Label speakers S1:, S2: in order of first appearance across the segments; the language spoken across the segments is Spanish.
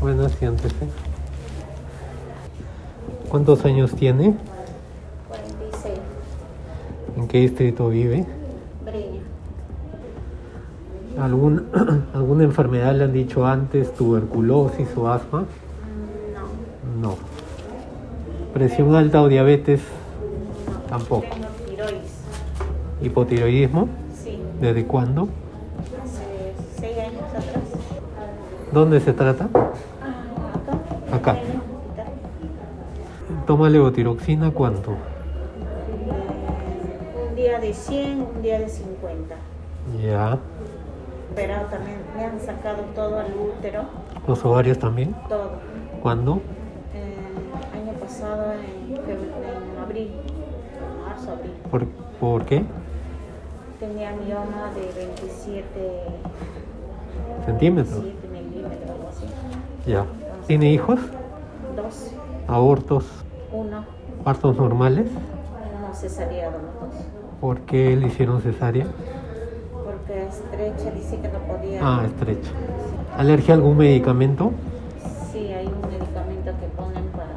S1: Bueno, siéntese. ¿eh? ¿Cuántos años tiene?
S2: 46,
S1: ¿En qué distrito vive?
S2: Breña.
S1: ¿Algún, ¿Alguna enfermedad le han dicho antes? ¿Tuberculosis o asma?
S2: No,
S1: No. ¿Presión alta o diabetes? Tampoco.
S2: tengo tiroides.
S1: ¿Hipotiroidismo?
S2: Sí,
S1: ¿Desde cuándo?
S2: hace 6 años atrás.
S1: ¿Dónde se trata?
S2: Acá.
S1: Acá.
S2: En el hospital.
S1: ¿Toma levotiroxina cuánto?
S2: Un día de 100, un día de 50.
S1: Ya.
S2: Pero también me han sacado todo el útero,
S1: ¿Los ovarios también?
S2: todo.
S1: ¿Cuándo?
S2: El año pasado, en, febr- en abril, marzo, abril,
S1: ¿Por, por qué?
S2: tenía mioma de 27,
S1: ¿Centímetros?
S2: 27 milímetros, algo así.
S1: Ya. ¿Tiene hijos?
S2: Dos,
S1: ¿Abortos?
S2: uno,
S1: ¿Partos normales?
S2: no cesariado los dos.
S1: ¿Por qué le hicieron cesárea?
S2: Porque estrecha dice que no podía.
S1: Ah, estrecha. ¿Alergia a algún medicamento?
S2: Sí, hay un medicamento que ponen para.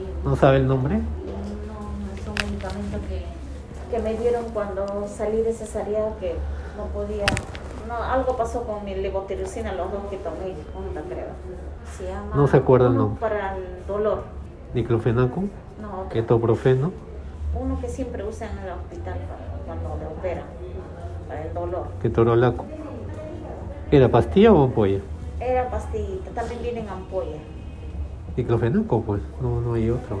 S2: y
S1: ¿No sabe el nombre?
S2: No, es un medicamento que, que me dieron cuando salí de cesárea que no podía. No, algo pasó con mi levotiroxina, los dos que tomé junta, creo. Se llama.
S1: No se acuerda el
S2: uno
S1: nombre.
S2: Para el dolor.
S1: ¿Diclofenaco?
S2: No, otro.
S1: ¿Ketoprofeno?
S2: uno que siempre usan en el hospital para- cuando le operan, para el dolor.
S1: ¿Ketorolaco? ¿Era pastilla o ampolla?
S2: Era pastillita, también vienen ampollas.
S1: Diclofenaco, pues. No, no hay otro.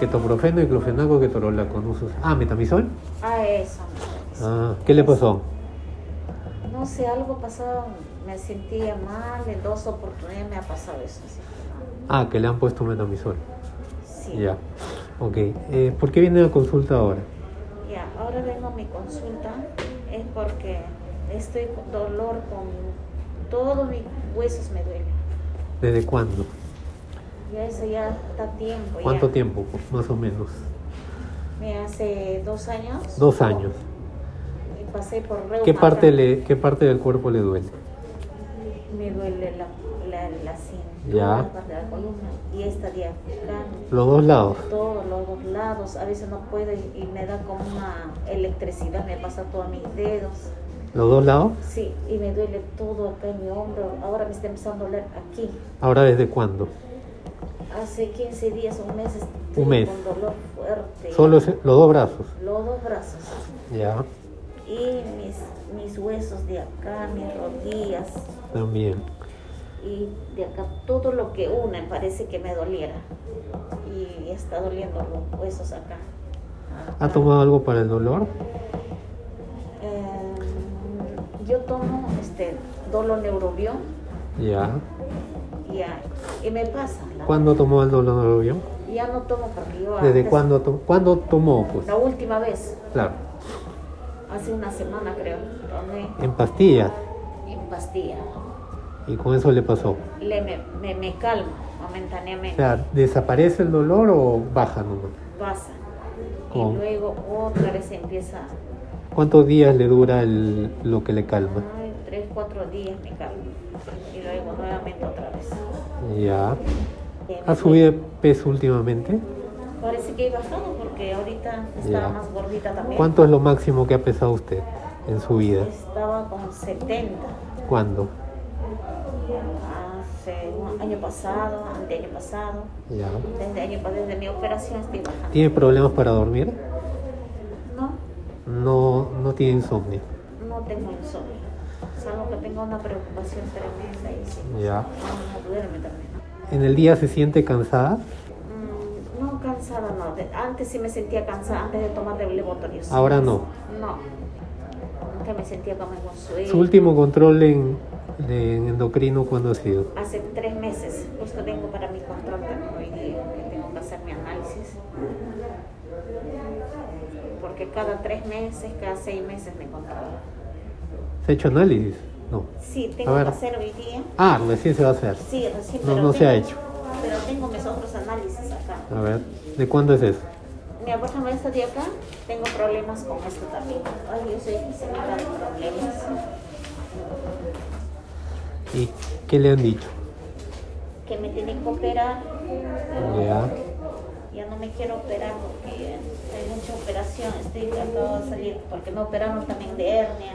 S1: Ketoprofeno, diclofenaco, ketorolaco. No se usa. Ah, metamizol.
S2: Ah, eso.
S1: Ah, ¿Qué le pasó?
S2: No sé, algo pasó, me sentía mal, en dos oportunidades me ha pasado eso. así que
S1: Ah, que le han puesto metamizol.
S2: no. Sí.
S1: Ya. Ok. eh, ¿Por qué viene a consulta ahora?
S2: Ya, ahora vengo a mi consulta, es porque estoy con dolor con todos mis huesos me duelen.
S1: ¿Desde cuándo?
S2: Ya eso ya está tiempo. ya.
S1: ¿Cuánto tiempo? pues, Más o menos.
S2: Me hace dos años.
S1: Dos años.
S2: Y pasé por reuma.
S1: ¿Qué parte, le, ¿Qué parte del cuerpo le duele?
S2: Me duele la, la, la cintura,
S1: Ya.
S2: la parte de la columna y esta de acá.
S1: Los dos lados.
S2: todos los dos lados, a veces no puedo y y me da como una electricidad, me pasa todos mis dedos,
S1: Los dos lados.
S2: sí, y me duele todo acá en mi hombro, ahora me está empezando a doler aquí,
S1: Ahora desde cuándo?
S2: hace 15 días, un mes, estoy
S1: Un mes.
S2: con dolor fuerte,
S1: Solo ese- los dos brazos.
S2: los dos brazos
S1: Ya.
S2: y mis, mis huesos de acá, mis rodillas
S1: También.
S2: y de acá, todo lo que une parece que me doliera y está doliendo los huesos acá.
S1: ¿Ha
S2: Acá.
S1: tomado algo para el dolor?
S2: Eh, yo tomo este dolo neurobión
S1: Ya.
S2: y, ah, y me pasa. la-
S1: ¿Cuándo tomó el dolor del
S2: Ya no tomo porque yo
S1: ¿Desde
S2: antes-
S1: cuándo, to- cuándo tomó? Pues
S2: La última vez,
S1: claro.
S2: hace una semana creo, tomé
S1: En pastillas.
S2: en pastilla.
S1: Y con eso le pasó.
S2: Le, me, me, me calma momentáneamente.
S1: O sea, ¿desaparece el dolor o baja nomás?
S2: Pasa.
S1: Oh.
S2: Y luego otra vez empieza.
S1: ¿Cuántos días le dura el- lo que le calma?
S2: ay, tres, cuatro días me calma. Y luego nuevamente otra vez.
S1: Ya.
S2: Eh,
S1: ¿Ha subido de peso últimamente?
S2: Parece que he bajado porque ahorita estaba
S1: Ya.
S2: más gordita también.
S1: ¿Cuánto es lo máximo que ha pesado usted en su vida?
S2: Estaba con 70
S1: ¿Cuándo?
S2: hace un año pasado, anteaño pasado.
S1: Ya.
S2: Desde, año, pa- desde mi operación estoy bajando.
S1: ¿Tiene problemas para dormir?
S2: No,
S1: No, no tiene insomnio.
S2: no tengo insomnio. Salvo que tengo una preocupación tremenda y sí.
S1: Ya.
S2: No, no duerme también. ¿no?
S1: ¿En el día se siente cansada?
S2: Mm, No, cansada no. De- antes sí me sentía cansada antes de tomar levotiroxina.
S1: Ahora no.
S2: No. Antes me sentía como con sueño.
S1: ¿Su último control en, en endocrino cuándo ha sido?
S2: Hace tres meses, justo vengo para mi control también hoy día, que tengo que hacer mi análisis. Porque cada tres meses, cada seis meses me controlo.
S1: ¿Se ha hecho análisis? No.
S2: Sí,
S1: A
S2: tengo
S1: ver.
S2: que hacer hoy día.
S1: Ah, recién se va a hacer.
S2: Sí, recién,
S1: No,
S2: pero
S1: no se
S2: tengo-
S1: ha hecho.
S2: Pero tengo mis otros análisis acá.
S1: A ver, ¿de cuándo es eso?
S2: Mi abajo me de acá, tengo problemas con esto también. Ay, yo soy especialista de problemas.
S1: ¿Y ¿Qué le han dicho?
S2: que me tienen que operar, pero
S1: Ya.
S2: ya no me quiero operar porque hay mucha operación, estoy tratando de salir porque me operaron también de hernia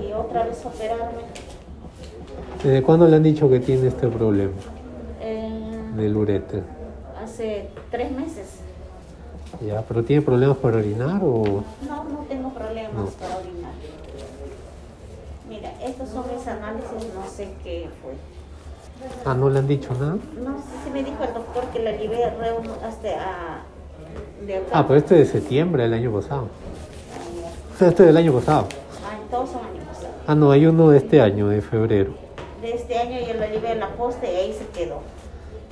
S2: y otra vez operarme.
S1: ¿Desde cuándo le han dicho que tiene este problema
S2: Eh,
S1: del uréter?
S2: hace tres meses.
S1: Ya, pero tiene problemas para orinar o
S2: No, no tengo problemas
S1: No.
S2: para orinar. Mira, estos son mis análisis, no sé qué fue.
S1: ah, no le han dicho nada.
S2: No sé si me dijo el doctor que la llevé a reuno hasta a... De acá.
S1: Ah, pero este es de septiembre del año pasado.
S2: Ah,
S1: O sea, este es del año pasado.
S2: todos son años pasados.
S1: Ah, no, hay uno de este año, de febrero.
S2: De este año yo la llevé a la poste y ahí se quedó.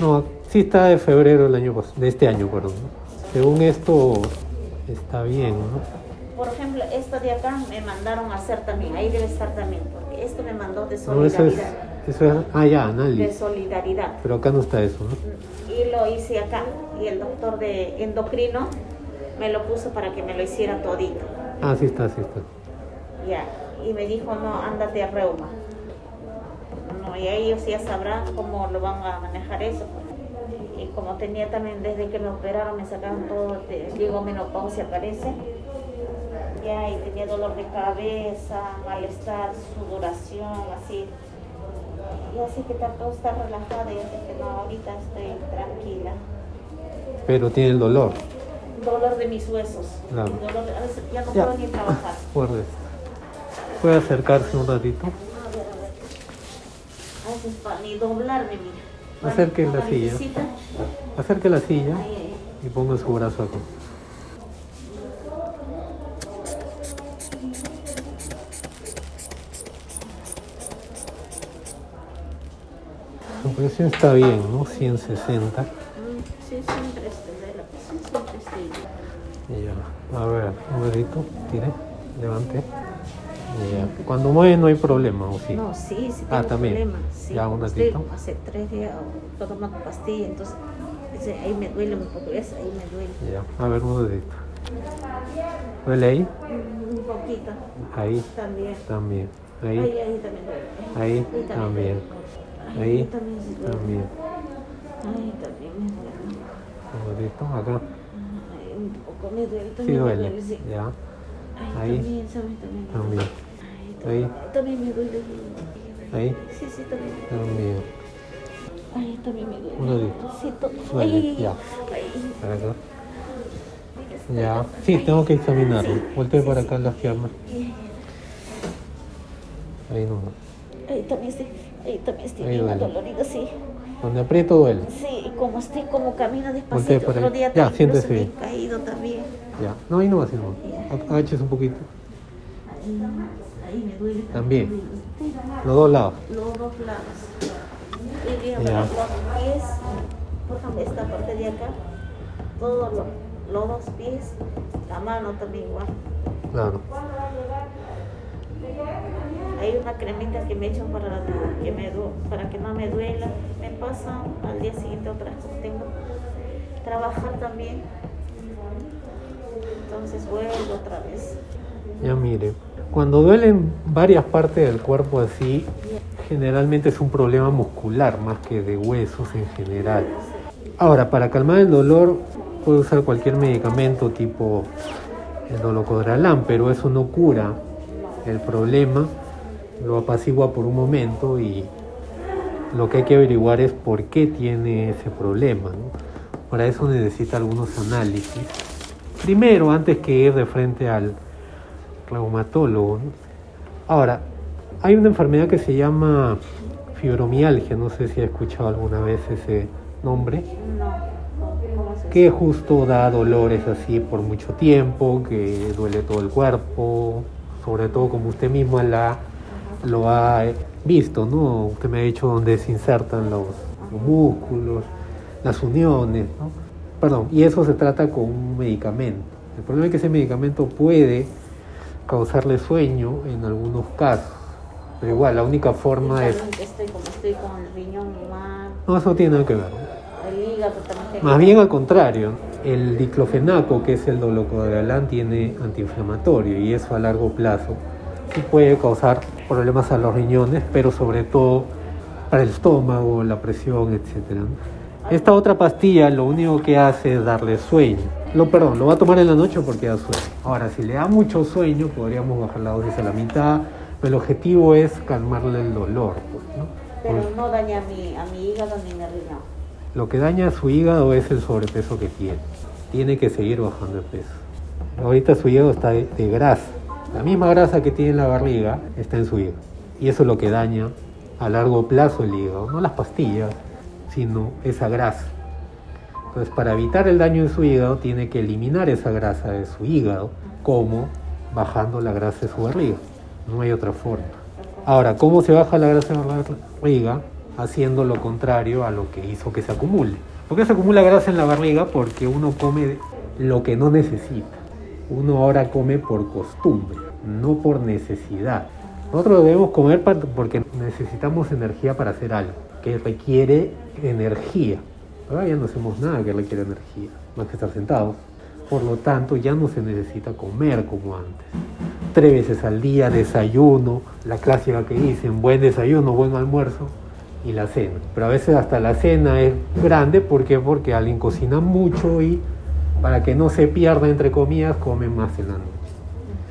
S1: No, sí está de febrero del año pas- de este año, perdón. Según esto está bien, ¿no?
S2: Por ejemplo, esta de acá me mandaron a hacer también, ahí debe estar también, porque esto me mandó de
S1: No, eso es,
S2: solidaridad.
S1: eso es, ah, ya,
S2: De
S1: análisis.
S2: solidaridad.
S1: Pero acá no está eso, ¿no?
S2: Y lo hice acá. Y el doctor de endocrino me lo puso para que me lo hiciera todito.
S1: Ah, sí está, sí está.
S2: Ya. Y me dijo, no, ándate a reuma. No, y ellos ya sabrán cómo lo van a manejar eso. pues. Y como tenía también, desde que me operaron, me sacaron todo, te- digo, menopausia parece. Ya, y tenía dolor de cabeza, malestar, sudoración, así. Y así que trató de estar relajada y así que no, ahorita estoy tranquila.
S1: Pero tiene el dolor.
S2: dolor de mis huesos.
S1: Claro.
S2: Dolor de- a veces ya no
S1: Ya.
S2: puedo ni trabajar.
S1: Guarda esto. Puede acercarse un ratito.
S2: A ver, a ver. A veces para ni doblarme, mira. Para
S1: Acerque la
S2: tomar
S1: silla.
S2: visita.
S1: Acerque la
S2: Ahí,
S1: silla
S2: ahí.
S1: y ponga su brazo acá. Su presión está bien, ¿no? 160.
S2: Mm, Sí, siempre estoy de la sí, siempre estoy.
S1: Y ya. A ver, un ratito, tire, levante. Y ya. Cuando mueve no hay problema, ¿o sí?
S2: No, sí, sí tengo
S1: Ah, también.
S2: problema. Sí,
S1: Ya, un
S2: estoy
S1: ratito.
S2: hace tres días oh, estoy tomando pastilla, entonces ese, ahí me duele un poco, ese, ahí me duele.
S1: Ya. A ver, un ratito. ¿Duele ahí?
S2: Mm, Un poquito
S1: Ahí
S2: también.
S1: también. Ahí,
S2: Ahí, ahí también duele.
S1: ahí
S2: Ahí
S1: también.
S2: duele.
S1: Ahí
S2: Ahí también sí duele.
S1: También.
S2: Ahí también me duele.
S1: Un ratito, acá.
S2: Ay, un poco me duele
S1: Sí
S2: también. me
S1: duele.
S2: sí.
S1: Ya.
S2: Ay,
S1: Ahí.
S2: También, ¿sabes? También. me
S1: También.
S2: duele. Ay, también, también me duele.
S1: Ahí.
S2: Sí, sí, también. me duele.
S1: También.
S2: Ay, también me duele.
S1: Un dedito.
S2: Sí, to-
S1: Duele,
S2: Ay, ay, ay.
S1: ya.
S2: Ay,
S1: Para acá.
S2: mira, está-
S1: Ya. Sí, tengo que examinarlo. Voltee para acá las piernas.
S2: Ay,
S1: Ahí nomás.
S2: Ay, también sí. Ay, también estoy
S1: Ahí
S2: bien
S1: duele.
S2: dolorida, sí.
S1: Donde aprieto duele.
S2: Sí, y como estoy, como camino
S1: Voltea
S2: despacito.
S1: por ahí.
S2: Otro día
S1: Ya,
S2: también,
S1: siéntese
S2: incluso me
S1: bien.
S2: he caído también.
S1: Ya. No, ahí nomás, ahí nomás. Ag- Agáchese un poquito.
S2: Ahí, ahí me duele.
S1: También.
S2: me duele.
S1: Los dos lados.
S2: los dos lados. Y bien,
S1: Ya.
S2: los pies, por ejemplo, esta parte de acá, todos los, los dos pies, la mano también igual.
S1: Claro.
S2: Hay una cremita que me echan para que, me, du- para que no me duela. Me pasa al día siguiente otra cosa. Tengo que trabajar también. Entonces vuelvo otra vez.
S1: Ya mire. Cuando duelen varias partes del cuerpo así, generalmente es un problema muscular más que de huesos en general. Ahora, para calmar el dolor, puede usar cualquier medicamento tipo el dolocodralán, pero eso no cura el problema, lo apacigua por un momento y lo que hay que averiguar es por qué tiene ese problema. ¿no? Para eso necesita algunos análisis. Primero, antes que ir de frente al reumatólogo. ¿no? Ahora, hay una enfermedad que se llama fibromialgia, no sé si ha escuchado alguna vez ese nombre,
S2: No, ¿cómo es eso?
S1: que justo da dolores así por mucho tiempo, que duele todo el cuerpo, sobre todo como usted misma la, lo ha visto, ¿no? Usted me ha dicho donde se insertan los, los músculos, las uniones, ¿no? Perdón, y eso se trata con un medicamento. El problema es que ese medicamento puede causarle sueño en algunos casos, pero igual la única forma es...
S2: También Estoy como estoy con el riñón mal,
S1: No, eso tiene nada que ver. ¿no?
S2: el hígado también. tengo-
S1: Más bien al contrario, el diclofenaco, que es el dolocodralán, tiene antiinflamatorio y eso a largo plazo sí puede causar problemas a los riñones, pero sobre todo para el estómago, la presión, etc. Esta otra pastilla lo único que hace es darle sueño. Lo, perdón, lo va a tomar en la noche porque da sueño. Ahora, si le da mucho sueño, podríamos bajar la dosis a la mitad, pero el objetivo es calmarle el dolor. pues, ¿no?
S2: Pero no daña a mi, a mi hígado ni mi riñón.
S1: Lo que daña a su hígado es el sobrepeso que tiene. Tiene que seguir bajando de peso. Ahorita su hígado está de, de grasa. La misma grasa que tiene en la barriga está en su hígado. Y eso es lo que daña a largo plazo el hígado. No las pastillas, sino esa grasa. Entonces, para evitar el daño en su hígado, tiene que eliminar esa grasa de su hígado, como bajando la grasa de su barriga. No hay otra forma. Ahora, ¿cómo se baja la grasa de la barriga? Haciendo lo contrario a lo que hizo que se acumule. ¿Por qué se acumula grasa en la barriga? Porque uno come lo que no necesita. Uno ahora come por costumbre, no por necesidad. Nosotros debemos comer pa- porque necesitamos energía para hacer algo, que requiere energía. Ahora ya no hacemos nada que requiera energía, más que estar sentados. Por lo tanto, ya no se necesita comer como antes. Tres veces al día, desayuno, la clásica que dicen, buen desayuno, buen almuerzo y la cena. Pero a veces hasta la cena es grande, ¿por qué? Porque alguien cocina mucho y para que no se pierda, entre comillas, comen más en la noche.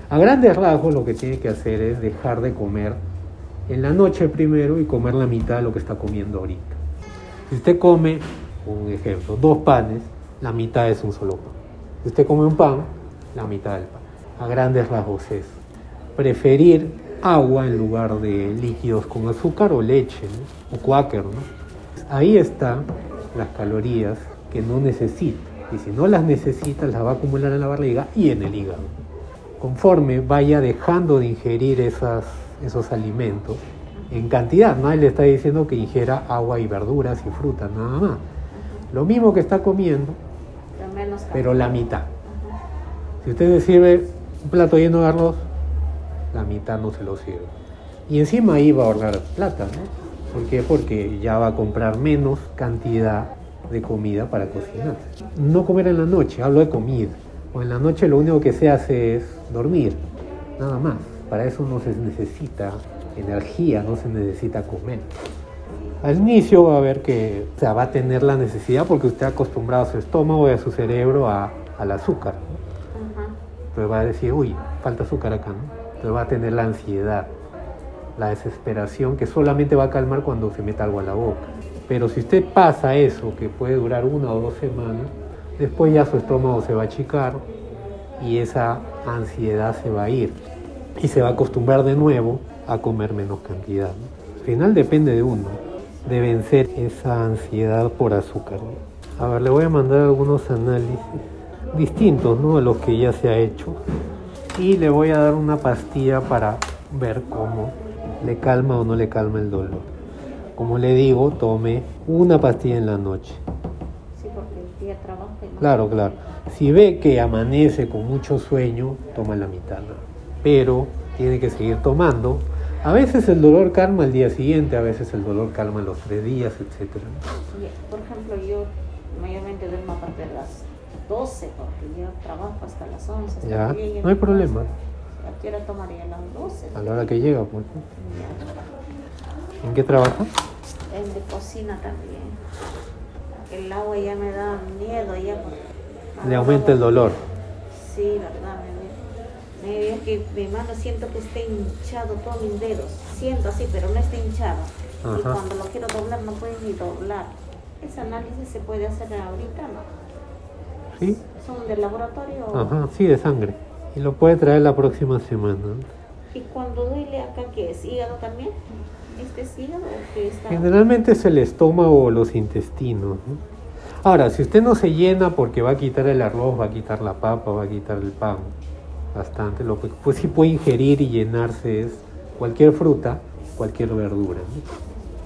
S1: A grandes rasgos lo que tiene que hacer es dejar de comer en la noche primero y comer la mitad de lo que está comiendo ahorita. Si usted come, un ejemplo, dos panes, la mitad es un solo pan. Si usted come un pan, la mitad del pan. A grandes rasgos es preferir agua en lugar de líquidos con azúcar o leche ¿no? o cuáquer. ¿no? Ahí están las calorías que no necesita. Y si no las necesita, las va a acumular en la barriga y en el hígado conforme vaya dejando de ingerir esas, esos alimentos en cantidad. Nadie le está diciendo que ingiera agua y verduras y frutas, nada más. Lo mismo que está comiendo,
S2: Pero menos
S1: pero la mitad. Si usted le sirve un plato lleno de arroz, la mitad no se lo sirve. Y encima ahí va a ahorrar plata, ¿no? ¿Por qué? Porque ya va a comprar menos cantidad de comida para cocinar. No comer en la noche, hablo de comida. O en la noche lo único que se hace es dormir, nada más. Para eso no se necesita energía, no se necesita comer. Al inicio va a ver que o sea, va a tener la necesidad porque usted ha acostumbrado a su estómago y a su cerebro a- al azúcar. ¿no?
S2: Ajá.
S1: Entonces va a decir, uy, falta azúcar acá, ¿no? Entonces va a tener la ansiedad, la desesperación que solamente va a calmar cuando se meta algo a la boca. Pero si usted pasa eso, que puede durar una o dos semanas, después ya su estómago se va a achicar y esa ansiedad se va a ir y se va a acostumbrar de nuevo a comer menos cantidad. ¿no? Al final depende de uno, de vencer esa ansiedad por azúcar. ¿no? A ver, le voy a mandar algunos análisis distintos ¿no? a los que ya se ha hecho y le voy a dar una pastilla para ver cómo le calma o no le calma el dolor. Como le digo, tome una pastilla en la noche.
S2: Sí, porque el día trabaja y no.
S1: Claro, claro. Si ve que amanece con mucho sueño, toma la mitad. ¿no? Pero tiene que seguir tomando. A veces el dolor calma al día siguiente, a veces el dolor calma los tres días, etc.
S2: Y, por ejemplo, yo mayormente duermo a partir de las 12 porque yo trabajo hasta las 11. hasta
S1: Ya,
S2: que llegue
S1: no hay
S2: mi
S1: problema.
S2: casa. ¿A qué hora tomaría? A las 12.
S1: A la hora que llega, pues. ¿no?
S2: Ya.
S1: ¿En qué trabaja?
S2: El de cocina también. El agua ya me da miedo ya. porque-
S1: Le aumenta el dolor.
S2: Sí, verdad, me, me, me- es que mi mano siento que está hinchado todos mis dedos. Siento así, pero no está hinchado. Y
S1: Ajá.
S2: cuando lo quiero doblar no puedo ni doblar. Ese análisis se puede hacer ahorita, ¿no?
S1: ¿Sí?
S2: ¿Son del laboratorio?
S1: Ajá, sí, de sangre. Y lo puede traer la próxima semana.
S2: Y cuando duele acá, ¿qué es? ¿Hígado también? ¿Este es hígado o qué está?
S1: Generalmente es el estómago o los intestinos. ¿no? Ahora, si usted no se llena porque va a quitar el arroz, va a quitar la papa, va a quitar el pan, bastante, lo que pues sí puede ingerir y llenarse es cualquier fruta, cualquier verdura.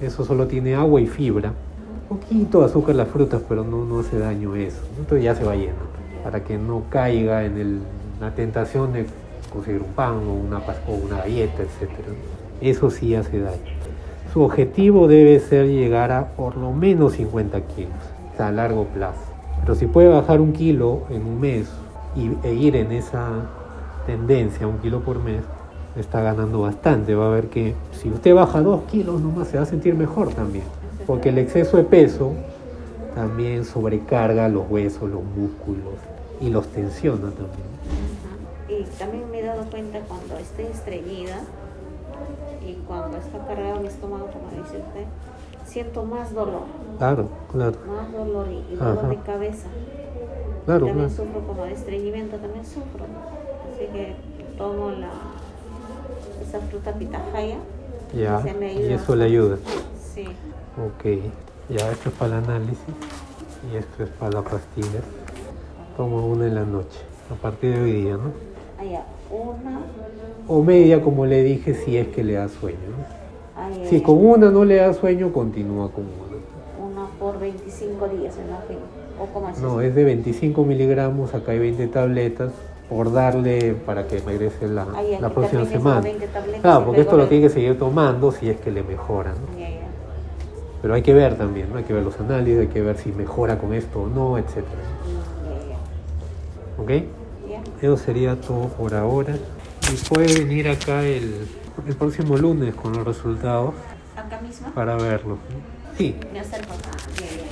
S1: ¿no? Eso solo tiene agua y fibra. Un poquito de azúcar las frutas, pero no, no hace daño eso. ¿no? Entonces ya se va lleno, para que no caiga en el- la tentación de conseguir un pan o una, pas- o una galleta, etc. Eso sí hace daño. Su objetivo debe ser llegar a por lo menos 50 kilos, o sea, a largo plazo. Pero si puede bajar un kilo en un mes y, e ir en esa tendencia, un kilo por mes, está ganando bastante. Va a ver que si usted baja dos kilos nomás se va a sentir mejor también. Porque el exceso de peso también sobrecarga los huesos, los músculos y los tensiona también.
S2: Y también me he dado cuenta cuando estoy estreñida y cuando está cargado mi estómago, como dice usted, siento más dolor,
S1: Claro, claro,
S2: más dolor y, y dolor
S1: Ajá.
S2: de cabeza.
S1: claro,
S2: también
S1: claro.
S2: sufro como de estreñimiento, también sufro. Así que tomo la, esa fruta pitahaya.
S1: Ya,
S2: Se me
S1: y
S2: ayuda.
S1: eso le ayuda.
S2: Sí,
S1: Ok, ya esto es para el análisis y esto es para las pastillas. Tomo una en la noche, a partir de hoy día, ¿no?
S2: allá, una.
S1: O media, como le dije, si es que le da sueño. ¿no?
S2: ay,
S1: Si
S2: ay,
S1: con una no le da sueño, continúa con una.
S2: Una por 25 días, me imagino. O como así.
S1: No, es de 25 miligramos, acá hay 20 tabletas, por darle para que regrese la,
S2: Ay, ay,
S1: la
S2: que
S1: próxima
S2: termine esas
S1: semana.
S2: 20 tabletas
S1: Claro,
S2: y
S1: porque esto
S2: luego
S1: lo
S2: le-
S1: tiene que seguir tomando si es que le mejora, ¿no?
S2: Ya, ya.
S1: Pero hay que ver también, ¿no? Hay que ver los análisis, hay que ver si mejora con esto o no, etc.
S2: Ya,
S1: ¿Ok?
S2: ya, ya.
S1: Eso sería todo por ahora. Y puede venir acá el, el próximo lunes con los resultados
S2: Acá mismo
S1: para verlos. ¿no? Sí,
S2: me acerco acá. Ya, ya.